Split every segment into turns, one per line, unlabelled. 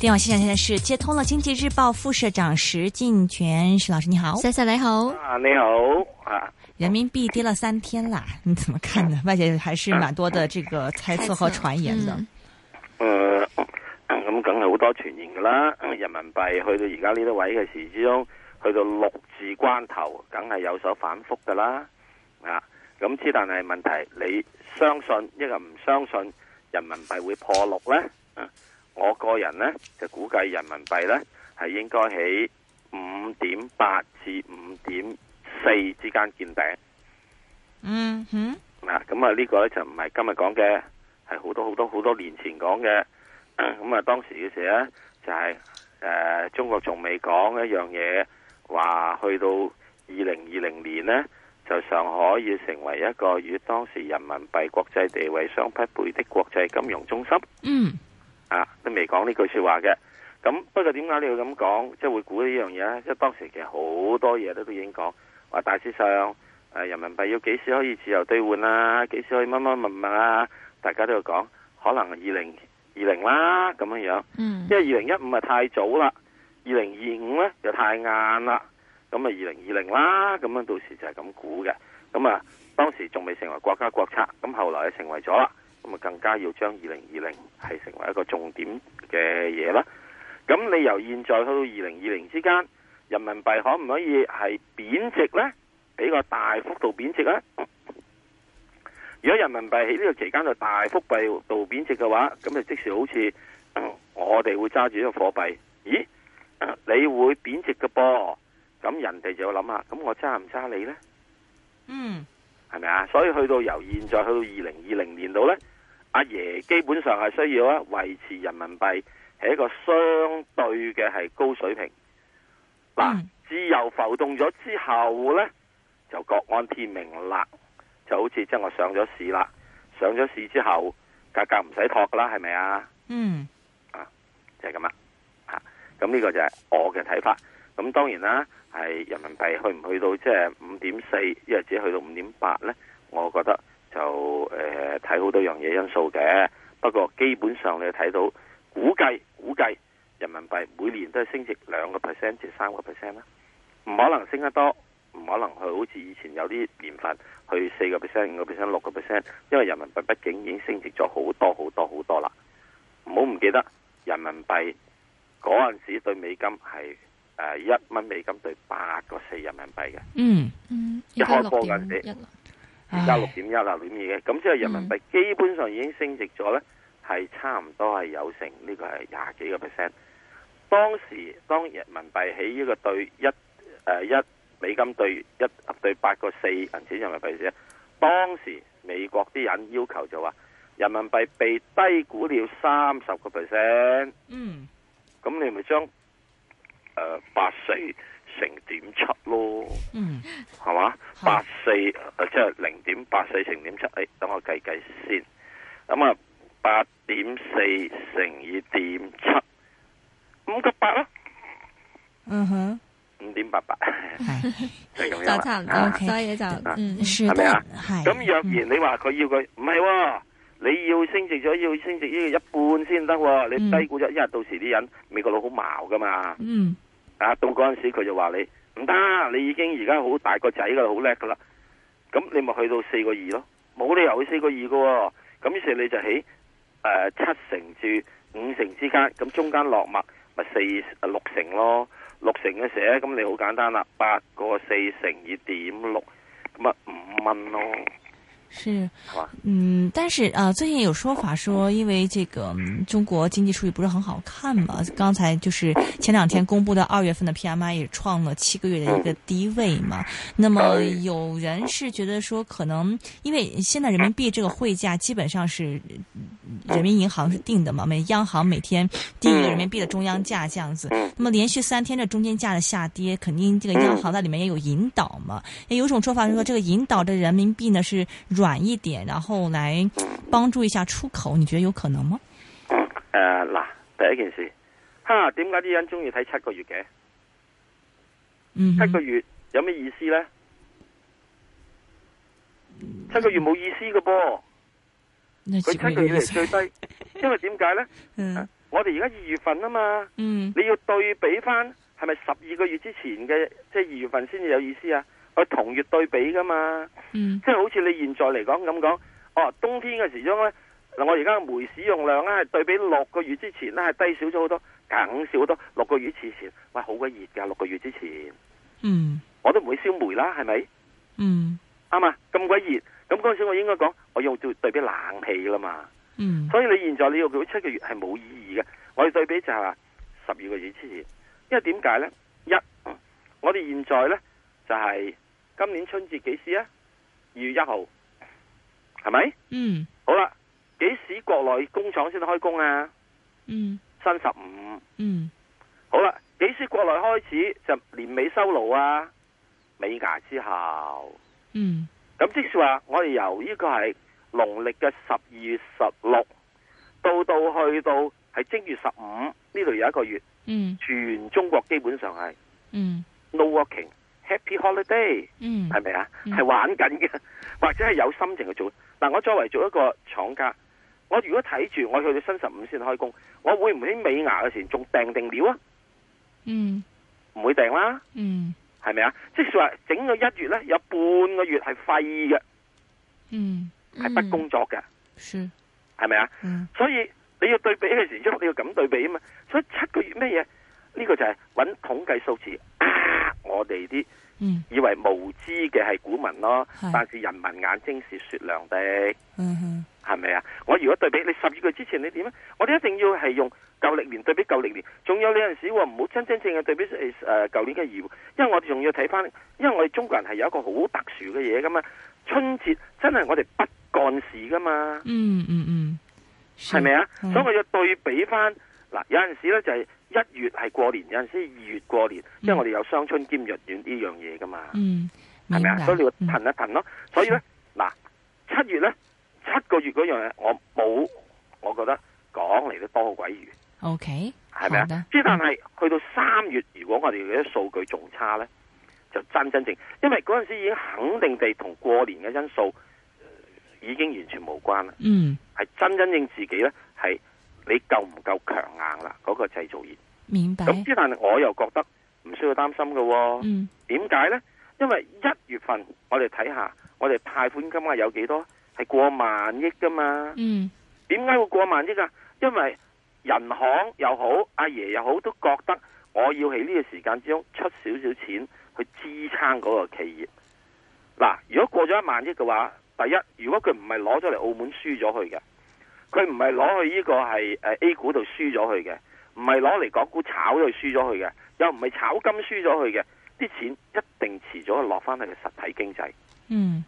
電話線上現在是接通了《經濟日報》副社長石鏡泉，石老師你好。
石 Sir 你好，
啊，你好啊，
人民幣跌了三天啦，你怎麼看呢？外界還是蠻多的這個猜測和傳言的。
嗯
誒、呃嗯咁梗係好多傳言噶啦。嗯人民幣去到而家呢啲位嘅時之中，去到六字關頭，梗係有所反覆噶啦。啊，咁之但係問題，你相信一個唔相信人民幣會破六呢？啊我個人呢，就估計人民幣呢係應該喺五點八至五點四之間見頂。
嗯哼，
嗱， 咁啊呢個咧就唔係今日講嘅，係好多好多好多年前講嘅。咁啊當時嘅時咧就係、誒、中國仲未講一樣嘢，話去到二零二零年呢，就上海要成為一個與當時人民幣國際地位相匹配的國際金融中心。
嗯
啊，都未講呢句說話嘅。咁不過點解你要咁講？即係會估呢樣嘢咧？即係當時其實好多嘢咧都已經講話大致上，誒、人民幣要幾時可以自由兌換啊？幾時可以乜乜乜乜啊？大家都有講，可能二零二零啦咁樣樣。
嗯
因為二零一五啊太早啦，二零二五咧又太晏啦，咁啊二零二零啦，咁啊樣到時就係咁估嘅。咁啊當時仲未成為國家國策，咁後來就成為咗啦，咁啊更加要將二零二零係成為一個重點嘅嘢啦。咁你由現在去到二零二零之間，人民幣可唔可以係貶值呢？俾個大幅度貶值呢？如果人民幣喺呢個期間就大幅度貶值嘅話，咁就即時好似。我哋會揸住呢個貨幣，咦？啊你會貶值嘅噃，咁人哋就要諗下，咁我揸唔揸你呢？
嗯
係咪啊？所以去到由現在去到二零二零年度呢，阿爺基本上係需要啊維持人民幣係一個相對嘅係高水平。嗱
嗯，
自由浮動咗之後呢，就各安天命啦。就好似即係我上咗市啦，上咗市之後價格唔使托㗎啦，係咪啊？
嗯
就係咁啦。吓、咁呢個就係我嘅睇法。咁當然啦，係人民幣去唔去到即係五點四，一係只去到五點八呢，我覺得就誒睇好多樣嘢因素嘅。不過基本上你睇到估計估計人民幣每年都係升值兩個 percent 至三個 percent 啦，唔可能升得多，唔可能去好似以前有啲年份去四個 percent、五個 percent、六個 percent，因為人民幣畢竟已經升值咗好多好多好多啦。唔好唔記得人民幣嗰陣時對美金係誒一蚊美金對八個四人民幣嘅，
嗯，
嗯，
一開波
六
嗰陣時
點一啦，
而家
唉
六點一啦，六點二嘅，咁即係人民幣基本上已經升值咗呢，係差唔多係有成呢個係廿幾個 percent。當時當人民幣喺呢個對一誒、呃一美金對一呃對八個四銀紙人民幣時，當時美國啲人要求就話人民幣被低估了三十個 percent。
嗯
咁你咪將誒八四乘點七咯，
嗯
係嘛？
係
八四誒即係零點八四乘點七，誒等我計計先。咁啊，八點四乘以點七，五個八啦，
嗯哼，
五點八 八，
係
就係咁樣啦
就差唔
啊
啊
多，所以就嗯
是
係咪
的
啊，
係
咁若然你話佢要佢唔係喎，你要升值咗，要升值呢個一半先得喎，你低估咗，因為到時啲人美國佬好矛噶嘛。
嗯
啊，到嗰陣時佢就話你唔得，你已經而家好大個仔噶啦，好叻噶啦，咁你咪去到四個二咯，冇理由去四個二噶，咁於是你就喺誒七成至五成之間，咁中間落墨咪四呃六成咯，六成嘅時咧，咁你好簡單啦，八個四乘以點六，咁啊五蚊咯，
是
係嘛？
嗯，但是啊、呃最近有说法说，因为这个、嗯中国经济数据不是很好看嘛，刚才就是前两天公布的二月份的 PMI 也创了七个月的一个低位嘛。那么
哎
有人是觉得说，可能因为现在人民币这个汇价基本上是嗯人民银行是定的嘛，每央行每天定一个人民币的中央价这样子。那么连续三天这中间价的下跌，肯定这个央行在里面也有引导嘛。也有一种说法是说，这个引导的人民币呢是软一点，然后来
嗯
帮助一下出口，你觉得有可能吗？
誒嗱，第一件事，哈點解啲人中意睇七個月嘅？
嗯哼，
七個月有咩意思呢？七個月冇意思嘅噃，
那
佢
几个
七個
月
月嚟最低，因為點解呢？
嗯
我哋而家二月份啊嘛，
嗯
你要對比翻係咪十二個月之前嘅，即係二月份先至有意思啊？我同月對比噶嘛，
嗯
即係好似你現在嚟講咁講，哦，冬天嘅時鐘呢，嗱我而家嘅煤使用量呢，係對比六個月之前呢，係低少咗好多，梗少好多。六個月之前，喂好鬼熱㗎，六個月之前
嗯
我都唔會燒煤啦，係咪？
嗯
啱啊，咁鬼熱，咁嗰陣時我應該講，我用做對比冷氣啦嘛。
嗯
所以你現在你要佢七個月係冇意義嘅。我哋對比就係話十二個月之前，因為點解呢？一，我哋現在呢，就係、今年春節幾時啊？二月一號，係咪？
嗯
好啦，幾時國內工廠先開工啊？
嗯
新十五。
嗯
好啦，幾時國內開始就年尾收爐啊？尾牙之後。
嗯
咁即是話，我哋由呢個係農曆嘅十二月十六，到到去到係正月十五呢度有一個月，
嗯
全中國基本上係
嗯
no working happy holiday，
嗯
係咪啊？
嗯
係玩緊嘅， 或者係有心情去做。嗱，我作為做一個廠家，我如果睇住我去到新十五先開工，我會唔會喺尾牙嘅時仲訂定料啊？
嗯
唔會訂啦，
嗯
係咪啊？即是話整個一月呢，有半個月係廢嘅，
嗯
係不工作嘅，
是
係咪啊？
嗯
所以你要對比嘅時鐘，你要咁對比啊嘛。所以七個月咩嘢？呢、個就係揾統計數字 啊！我哋啲
嗯
以為無知嘅係股民咯
係，
但是人民眼睛是雪亮的，
嗯哼
係咪啊？我如果對比你十二個月之前你點啊？我哋一定要係用舊歷年對比舊歷年，仲有你有陣時喎唔好真真正正對比誒誒舊年嘅二月，因為我哋仲要睇翻，因為我哋中國人係有一個好特殊嘅嘢噶嘛。春節真係我哋不幹事噶嘛。
嗯嗯嗯，是
係咪啊？
嗯
所以我要對比翻嗱，有陣時咧就係一月係過年，有陣時二月過年，因為我哋有雙春兼闰月呢樣嘢噶嘛，
嗯，
係
明
咪啊？
白
所以你要
嗯
騰一騰咯。所以咧嗱，七月咧七個月嗰樣嘢，我冇，我覺得講嚟都多鬼餘，
OK，
係咪
好的
啊？之但係去到三月，如果我哋嘅數據仲差咧，就真真正，因為嗰陣時已經肯定地同過年嘅因素呃已經完全無關啦。
嗯，
係真真正自己呢，係你夠唔夠強硬啦？嗰、個製造業。
明白，
咁之但係我又覺得唔需要擔心嘅喎、
嗯
點解呢？因為一月份我哋睇下，我哋貸款金額有幾多？係過萬億噶嘛？
嗯
點解會過萬億啊？因為人行又好，阿爺又好，都覺得我要喺呢個時間之中出少少錢去支撐嗰個企業。嗱，如果過咗一萬億嘅話，第一，如果佢唔係攞咗嚟澳門輸咗去嘅，佢唔係攞去呢個係誒 A 股度輸咗去嘅，唔係攞嚟港股炒咗去輸咗去嘅，又唔係炒金輸咗去嘅，啲錢一定遲早落翻去個實體經濟。
嗯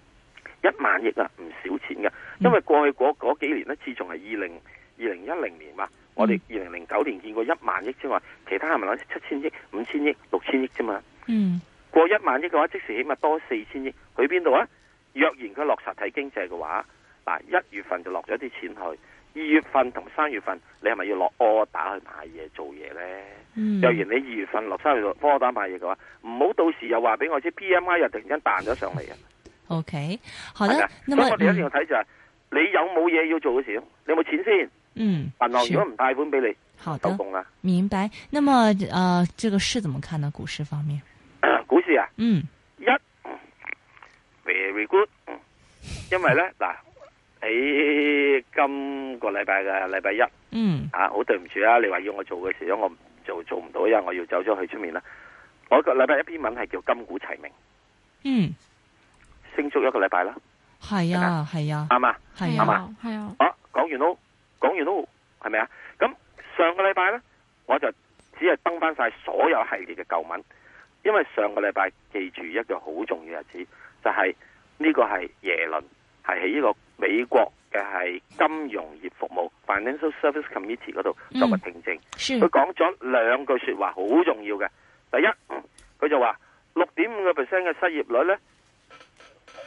一萬億啊，唔少錢嘅，因為過去嗰嗰幾年呢，自從係二零二零一零年嘛，我哋二零零九年見過一萬億之外，其他係咪攞七千億、五千億、六千億啫嘛？
嗯
過一萬億嘅話，即時起碼多四千億，去邊度啊？若然佢落實體經濟嘅話，嗱一月份就落咗啲錢去，二月份同三月份你係咪要落 order 去買嘢做嘢呢？
嗯，
若然你二月份落三月落 order 買嘢嘅話，唔好到時又話俾我知 PMI 又突然間彈咗上嚟啊！
OK，好
係咪
的
啊，
那
所以
么嗯
我哋一定要睇就係、你有冇嘢要做嘅時候，你有冇錢先？
嗯，
銀行
是
如果唔貸款俾你，啊
好
手
的，
共啦。
明白。那么呃，这个市怎么看呢？股市方面，
股市啊，
嗯
一 very good，嗯因為咧嗱喺今個禮拜嘅禮拜一
嗯
啊，好對唔住啊，你話要我做嘅時候，我唔做做唔到，因為我要走咗去出面啦。我個禮拜一篇文係叫金股齊名，
嗯，
升足一個禮拜啦，
系呀系呀
啱嘛？
系
係啊
呀，
嘛
啊，系啊，
啊，講完咯，講完咯，係咪啊？咁上個禮拜呢，我就只係登翻晒所有系列嘅舊文，因為上個禮拜記住一個好重要嘅日子，就係、呢個係耶倫係喺呢個美國嘅係金融業服務 Financial Service Committee 嗰度作個聽證，
是
佢講咗兩句説話好重要嘅。第一，嗯佢就話六點五個 percent 嘅失業率呢，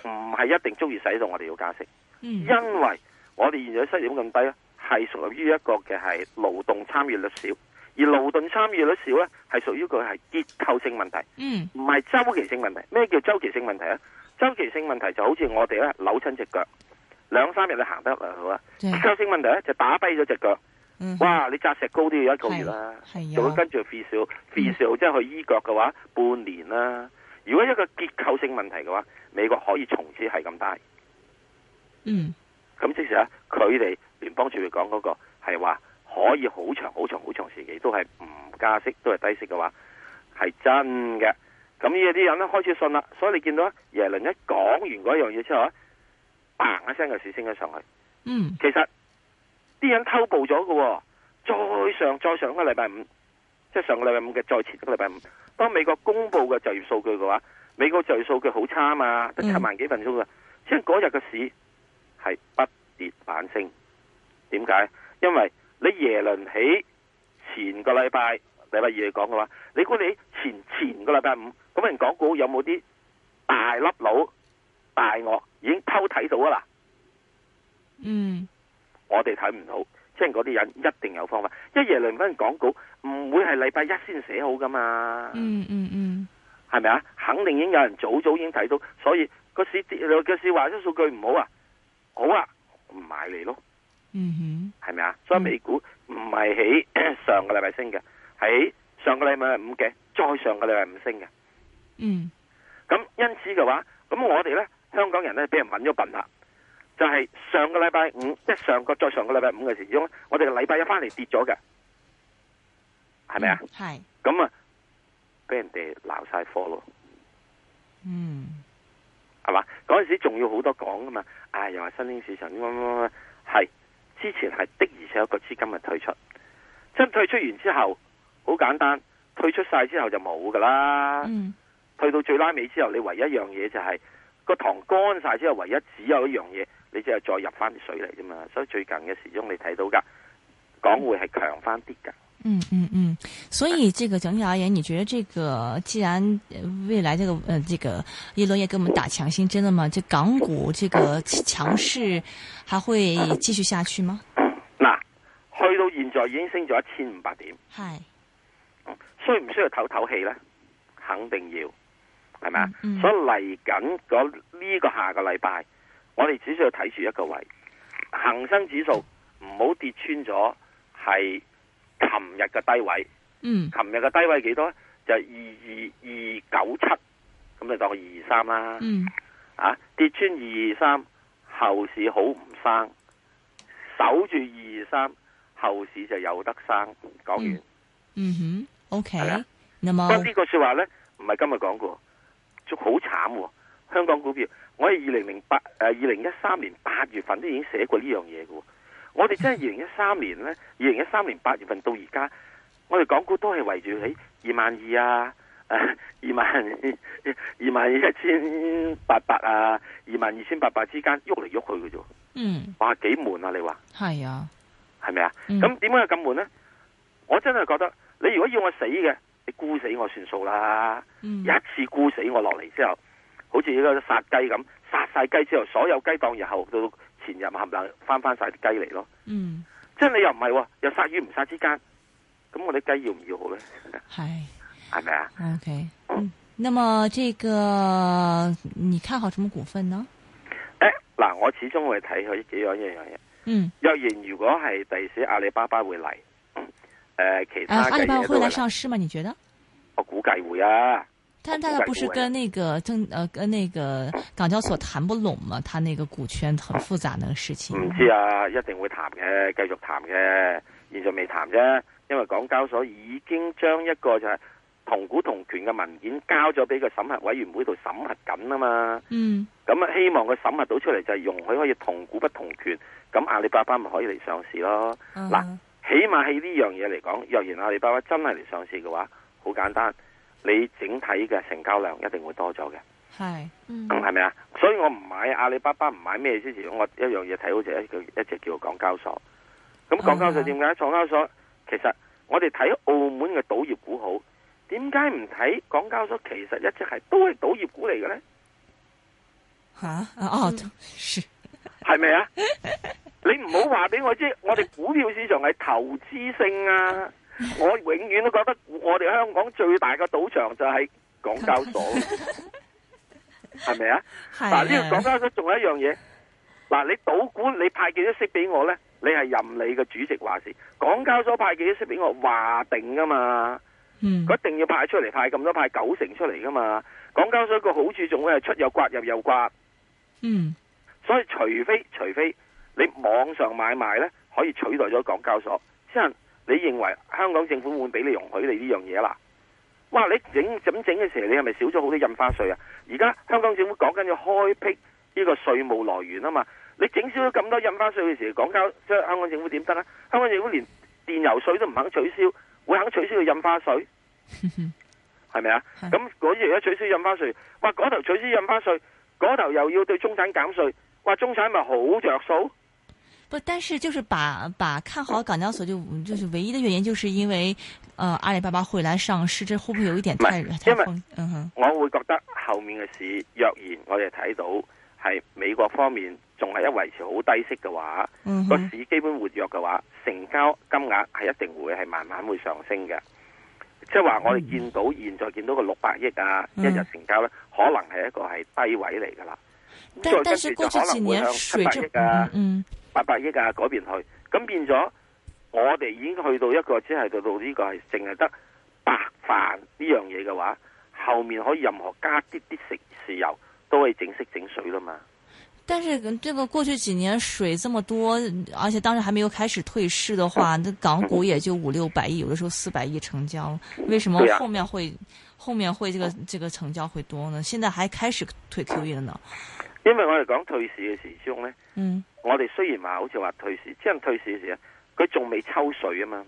唔係一定足以使到我哋要加息。
嗯
因為我哋現在失業率咁低咧，係屬於一個嘅係勞動參與率少，而勞動參與率少咧係屬於佢係結構性問題，
嗯
唔係周期性問題。咩叫周期性問題咧？周期性問題就好似我哋咧扭親只腳，兩三日你行得落去啦。啊
对
結構性問題咧就打跛咗只腳，
嗯，
哇！你扎石膏都要一個月啦，
係
仲
啊
要，跟住 f 少
嗯
f 少，即係佢醫腳嘅話，半年啦。如果一個結構性問題嘅話，美國可以從此係咁大。
嗯
咁即使啊，佢哋聯邦儲備講嗰個係話可以好長好長好長時期都係唔加息，都係低息嘅話，係真嘅。咁呢啲人咧開始信啦，所以你見到啊耶倫一講完嗰樣嘢之後咧，嘭一聲個市升咗上去。
嗯
其實啲人偷步咗嘅喎，再上再上個禮拜五，即係上個禮拜五嘅再前一個禮拜五，當美國公布嘅就業數據嘅話，美國就業數據好差嘛，得七萬幾份鐘啊，即係嗰日嘅市係不跌反升，點解？因為你耶倫喺前個禮拜禮拜二嚟講嘅話，你估你前前個禮拜五咁人港股有冇啲大粒佬大鱷已經偷睇到啊啦？
嗯
我哋睇唔到，即係嗰啲人一定有方法。一耶倫嗰份廣告唔會係禮拜一先寫好噶嘛，
嗯嗯嗯
係咪啊？肯定已經有人早早已經睇到，所以個市跌個市話咗數據唔好啊，好啊，唔買嚟咯，
嗯
係咪啊？所以美股唔係喺 上個禮拜升嘅，喺上個禮拜五嘅，再上個禮拜五升嘅。
哼，嗯
咁因此嘅話，咁我哋呢，香港人呢，俾人揾咗笨啦，就係、上個禮拜五，即係上個再上個禮拜五嘅時鐘，我哋嘅禮拜一翻嚟跌咗嘅，係咪啊？
嗯？係，
咁啊，俾人哋鬧晒科咯，
嗯
係嘛？嗰陣時仲要好多講噶嘛，啊又話新興市場乜乜乜乜，係之前係的而且確個資金嘅退出，真退出完之後，好簡單，退出晒之後就冇噶啦。
嗯
去到最拉尾之後，你唯一一樣嘢就係、個糖乾晒之後，唯一只有一樣嘢，你只係再入翻啲水嚟啫嘛。所以最近嘅時鐘你睇到噶，港匯係強翻啲噶。
嗯嗯嗯，所以这个整体而言，你觉得这个既然呃未来这个呃这个耶伦也给我们打强心针了嘛，这港股这个强势还会继续下去吗？
嗱，去到現在已經升咗一千五百點，
嗨，
需唔需要唞唞氣呢？肯定要，係咪啊？
嗯嗯
所以嚟緊嗰呢個下個禮拜，我哋只需要睇住一個位，恒生指數唔好跌穿咗係琴日嘅低位。
嗯
琴日嘅低位幾多？就二二二九七，咁就當佢二二三啦。
嗯
啊，跌穿二二三，後市好唔生，守住二二三，後市就有得生。講完，
嗯嗯哼，OK，
係啊
那
不
么
過呢個說話呢，唔係今日講過，仲好慘喎。香港股票，我喺二零零八誒呃二零一三年八月份都已經寫過呢樣嘢嘅喎。我哋真係二零一三年呢，二零一三年八月份到而家，我哋港股都係圍住喺二萬二啊， 誒二萬二萬一千八百啊，二萬二千八百之間喐嚟喐去嘅啫喎。
嗯，
哇，幾悶啊！你話
系啊，
係咪啊？
嗯
咁點解咁悶呢？我真係覺得你如果要我死嘅，你沽死我算數啦。
嗯
一次沽死我落嚟之後，好似嗰個殺雞咁，殺晒雞之後，所有雞檔然後到前日冚唪唥翻翻晒啲雞嚟咯。
嗯
即係你又唔係喎，又殺與唔殺之間，咁我啲雞要唔要好呢？
系
係咪啊？
OK，嗯，那么这个你看好什么股份呢？
誒嗱，我始終會睇佢幾樣一樣嘢。
嗯，
若然如果係第時阿里巴巴會嚟，誒、其
呃，
他
阿
嘅
里巴巴会
嘢啊都會
来
嚟，
上市吗？你觉得？
我估計會啊。
但大概不是跟那个证呃跟那个港交所谈不拢嘛？他那个股权很复杂那个事情。
唔知啊，一定會談嘅，繼續談嘅，現在未談啫，因為港交所已經將一個就係同股同權嘅文件交咗俾個審核委員會度審核緊啊嘛，
嗯
咁啊希望佢審核到出嚟就係容許可以同股不同權，咁阿里巴巴咪可以嚟上市咯。
嗯
嗱起碼喺呢樣嘢嚟講，若然阿里巴巴真係嚟上市嘅話，好簡單，你整體嘅成交量一定會多咗嘅。
嗨，嗯
係咪啊？所以我唔買阿里巴巴，唔買咩之前，我一樣嘢睇好就係一個一隻叫港交所。咁港交所
啊
點解？港交所其實我哋睇澳門嘅賭業股好，點解唔睇港交所？其實一直係都係賭業股嚟嘅呢？
啊哦是
係咪啊？你唔好話俾我知，我哋股票市場係投資性啊！我永遠都覺得我哋香港最大嘅賭場就係港交所，係咪啊？
係
嗱，呢個港交所仲有一樣嘢，嗱，你賭股你派幾多息俾我咧？你係任你嘅主席話事。港交所派幾多息俾我話定噶嘛，
嗯
佢一定要派出嚟，派咁多派九成出嚟噶嘛。港交所個好處仲會係出又刮入又刮，
嗯
所以除非除非你網上買賣呢可以取代咗港交所，即係你認為香港政府會俾你容許你呢樣嘢啦？哇！你整咁整嘅時候，你係咪少咗好多印花稅啊？而家香港政府講緊要開闢呢個稅務來源啊嘛，你整少咗咁多印花稅嘅時候，港交即係香港政府點得啊？香港政府連電油税都唔肯取消，會肯取消個印花稅？係咪啊？
係
咁嗰啲而家取消印花税，哇！嗰頭取消印花税，嗰頭又要對中產減税，哇！中產咪好着數？
不，但是就是把把看好港交所就就是唯一的原因，就是因为呃阿里巴巴会来上市，这会不会有一点太
唔係
太
因為
疯？嗯哼，
我會覺得後面嘅市，若然我哋睇到係美國方面仲係一維持好低息嘅話，
嗯
個
哼，
市基本活躍嘅話，成交金額係一定會係慢慢會上升嘅。即係話我哋見到現在見到個六百億啊，
嗯
一日成交咧，可能係一個係低位嚟㗎啦。
但
再
但
跟
是
住
过
就
去
可
几
能會
年
向
水
700
这
億
嗯
啊
嗯
八百億啊嗰邊去，咁變咗我哋已經去到一個只係到到呢個係淨係得白飯呢樣嘢嘅話，後面可以任何加啲啲食豉油都可以整色整水啦嘛。
但是嗯这个过去几年水这么多，而且当时还没有开始退市的话，那港股也就五六百亿，有的时候四百亿成交，为什么
对呀
后面会、后面会这个这个成交会多呢？现在还开始退 QE 了呢？
因為我哋講退市嘅時鐘呢，
嗯
我哋雖然話好似話退市，即係退市嘅時候，佢仲未抽水啊嘛，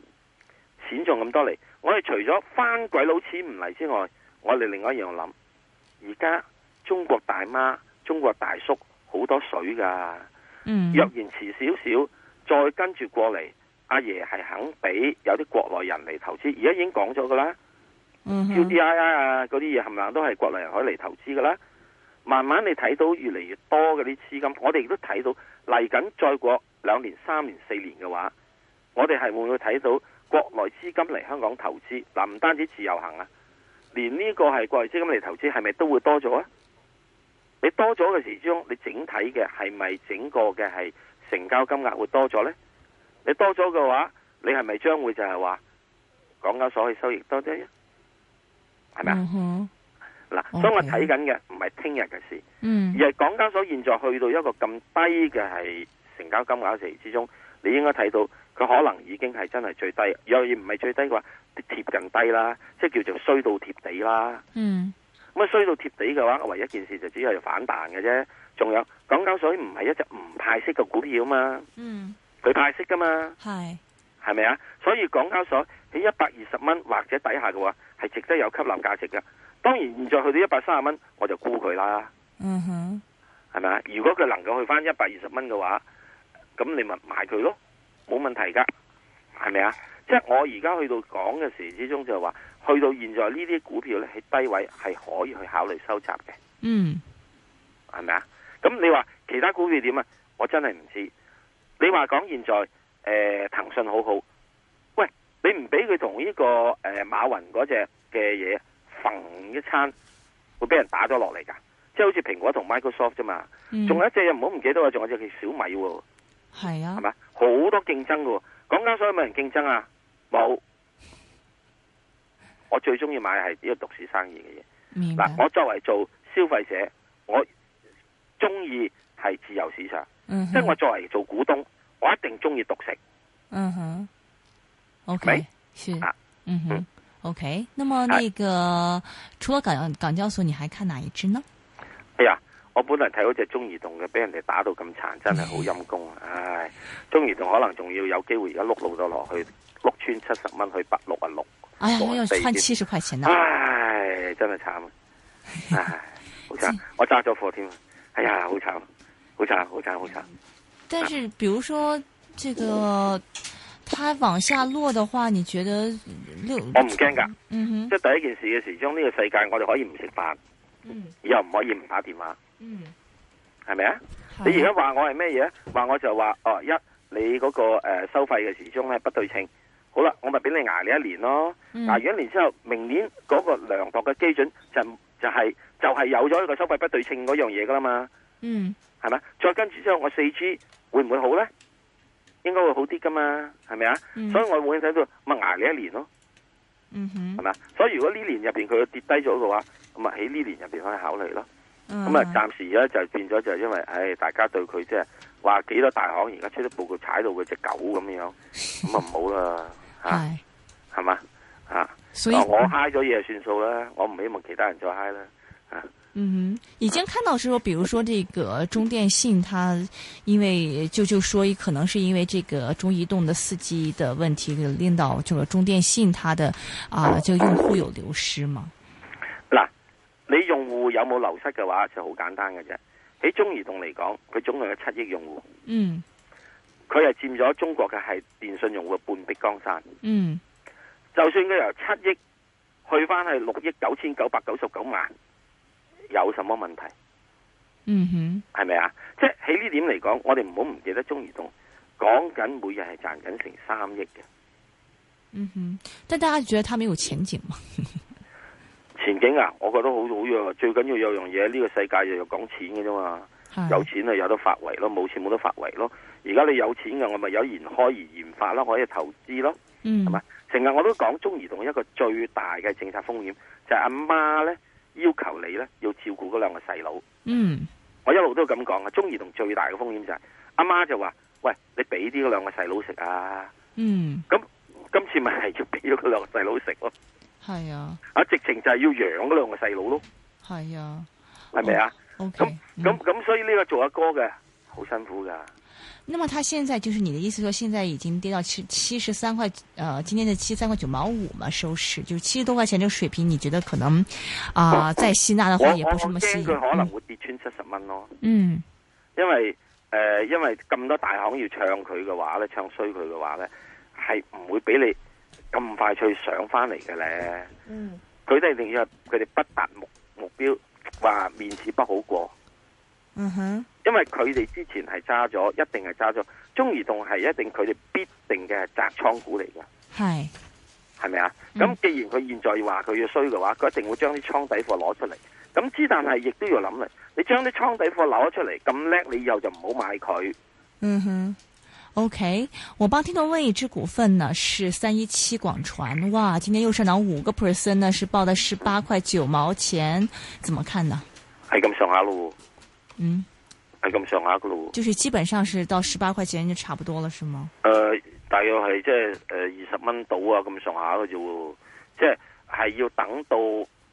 錢仲咁多嚟。我哋除咗翻鬼佬錢唔嚟之外，我哋另外一樣諗，而家中國大媽、中國大叔好多水㗎。
嗯，
若然遲少少，再跟住過嚟，阿爺係肯俾有啲國內人嚟投資，而家已經講咗噶啦
嗯哼，
，QDII 啊嗰啲嘢冚唪唥都係國內人可以嚟投資噶啦。慢慢你睇到越嚟越多嗰啲資金，我哋亦都睇到嚟緊再過兩年、三年、四年嘅話，我哋係會唔會睇到國內資金嚟香港投資？嗱，唔單止自由行啊，連呢個係國內資金嚟投資係咪都會多咗啊？你多咗嘅時鐘，你整體嘅係咪整個嘅係成交金額會多咗呢？你多咗嘅話，你係咪將會就係話港交所嘅收益多啲啊？係咪啊？
嗯哼，
嗱
OK
所以我睇緊嘅唔係聽日嘅事，
嗯
而係港交所現在去到一個咁低嘅係成交金額時之中，你應該睇到佢可能已經係真係最低，若然唔係最低嘅話，貼近低啦，即係叫做衰到貼地啦。
嗯
咁啊衰到貼地嘅話，唯一一件事就只係反彈嘅啫。仲有港交所唔係一隻唔派息嘅股票嘛，
嗯，
佢派息噶嘛，
嗨，
係咪啊？所以港交所喺一百二十蚊或者底下嘅話，係值得有吸納價值嘅。當然現在去到一百三十蚊，我就沽佢啦，
嗯哼，
係咪啊？如果佢能夠去翻一百二十蚊嘅話，咁你咪買佢咯，冇問題噶，係咪啊？即係我而家去到講嘅時之中就係話，去到現在呢啲股票咧喺低位係可以去考慮收集嘅。
嗯
系咪啊？咁你話其他股票點啊？我真係唔知。你話講現在诶腾讯好好，喂，你唔俾佢同呢個诶、呃、马云嗰只嘅嘢揈一餐，會俾人打咗落嚟㗎。即係好似蘋果同 Microsoft 啫嘛。
嗯，
仲有一隻嘢唔好唔記得啊，仲有一隻叫小米喎，
系啊
係，咪？好多競爭㗎喎。港交所有冇人競爭啊？冇。我最中意買係呢個獨市生意嘅嘢。
明白
嗱，，我作為做消費者，我中意係自由市場，
嗯
即係我
哼，
作為做股東，我一定中意獨食。
嗯哼
喂
，OK，是
啊，
嗯哼
嗯啊
，OK。那么那个除了港港交所，你还看哪一只呢？
哎呀，我本來睇嗰只中移動嘅，俾人哋打到咁殘，真係
嗯
好陰功啊！唉，中移動可能仲要有機會而家碌路到落去，碌穿七十蚊去八六啊六，
哎呀，
我
要
这一啊
穿
只
七十块钱呢。
唉，真係慘啊！唉，好 慘，我揸咗貨添啊，哎呀，好慘，好慘，好慘，好慘。
嗯但是比如说这个它往下落的话，你觉得六？
我唔驚㗎。
嗯
即係第一件事嘅時鐘，呢個世界我哋可以唔食飯，
哼，嗯
以後唔可以唔打電話，
嗯，
係咪啊？
好
你而家話我係咩嘢？話我就話哦，一你嗰、個呃收費嘅時鐘咧不對稱，好啦，我咪俾你捱你一年咯，
嗯
捱完一年之後，明年嗰個量度嘅基準就就係、就係、有咗一個收費不對稱嗰樣嘢噶啦嘛，
嗯
係咪？再跟住之後，我四 G 會唔會好咧？應應該會好啲噶嘛，係咪啊？
嗯
所以我會睇到咪捱你一年咯，
嗯
係
哼，
咪啊？所以如果呢年入邊佢跌低咗嘅話，咁咪喺呢年入邊可以考慮咯。
嗯
咁啊，暫時而家就變咗就係因為，唉，大家對佢即係話幾多大行而家出啲報告踩到佢只狗咁樣，咁啊唔好啦，嚇
唉，
係嘛嚇？
所以
啊我嗨咗嘢就算數啦，我唔希望其他人再嗨啦。
嗯哼，已经看到是说，比如说这个中电信，它因为就就说可能是因为这个中移动的四 G 的问题，令到这个中电信它的啊、这个用户有流失嘛？
嗱，你用戶有冇流失嘅話就好簡單嘅啫。喺中移動嚟講，佢總共有七億用戶，
嗯
佢係佔咗中國嘅係電信用戶嘅半壁江山。
嗯
就算佢由七億去翻去六億九千九百九十九萬，有什麼問題？
嗯哼，
係咪啊？即係喺呢點嚟講，我哋唔好唔記得中移動講緊每日係賺緊成三億嘅
嗯哼，但大家觉得它没有前景嘛？
前景啊！我覺得好好弱，最緊要有樣嘢，呢、個世界又要講錢嘅啫嘛。
唉
有錢啊有得發圍咯，冇錢冇得發圍咯。而家你有錢嘅，我咪有研開而研發咯，可以投資咯。
嗯
係咪成日我都講中移動一個最大嘅政策風險就係阿媽呢要求你呢要照顧嗰兩個細佬。
嗯
我一路都咁講啊，中移動最大嘅風險就係阿媽就話：喂，你俾啲嗰兩個細佬食啊！
嗯，
今次咪係要俾咗嗰兩個細佬食咯，
系啊
啊，直情就係要養嗰兩個細佬咯，
系啊
係咪啊？
，OK 嗯。
咁咁、所以呢個做阿哥嘅好辛苦㗎。
那么它现在就是你的意思说，现在已经跌到七七十三块，呃，今天的七十三块九毛五嘛，收市就是七十多块钱这个水平，你觉得可能啊、再吸纳的
我
话
我
也
我
不是那么吸
驚
引。
佢可能會跌穿七十蚊咯。
嗯
因為诶、呃因為咁多大行要唱佢嘅話咧，唱衰佢嘅話咧，係唔會俾你咁快脆上翻嚟嘅咧。
嗯
佢哋一定要佢哋不達目目標，話面子不好過，
嗯哼
因為佢哋之前係揸咗，一定係揸咗。中移動係一定佢哋必定嘅係砸倉股嚟嘅，
嗨，
係咪啊？
嗯
咁既然佢現在話佢要衰嘅話，佢一定會將啲倉底貨攞出嚟。咁之但係亦都要諗嚟，你將啲倉底貨攞出嚟咁叻，你以後就唔好買佢。
嗯哼。OK，我帮听众问一只股份呢，是三一七广传，哇，今天又上涨五个 percent 呢，是报的十八块九毛钱，怎么看呢？
係咁上下咯
嗯，
喎，係咁上下噶咯喎。
就是基本上是到十八块钱就差不多了，是吗？
诶、呃大約係即係诶二十蚊到啊咁上下嘅啫喎，即係係要等到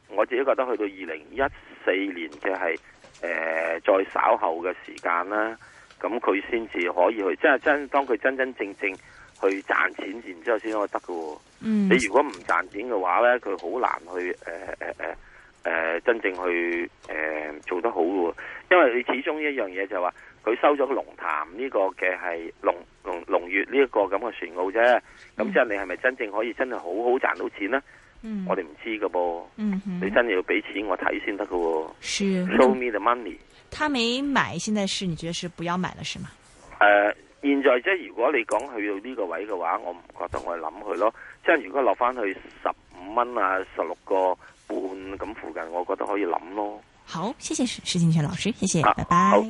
我自己覺得去到二零一四年嘅係诶再稍後嘅時間啦，咁佢先至可以去，即係真當佢真真正正去賺錢，然之後先可以得嘅喎。
嗯
你如果唔賺錢嘅話咧，佢好難去呃诶诶诶诶真正去诶、呃做得好嘅喎，因為你始終一樣嘢就係話佢收咗個龍潭呢個嘅係龍龍龍月呢一個咁嘅船澳啫，咁
嗯
即係你係咪真正可以真係好好賺到錢咧？
嗯
我哋唔知嘅噃，
嗯哼
你真係要俾錢我睇先得嘅喎。
是
Show me the money。
他没买，现在是你觉得是不要买了是吗？
誒、現呃在即係如果你講去到呢個位嘅話，我唔覺得我係諗佢咯。即係如果落翻去十五蚊啊，十六個半咁附近，我覺得可以諗咯。
好，谢谢石石景泉老师，谢谢，
啊
拜拜。
好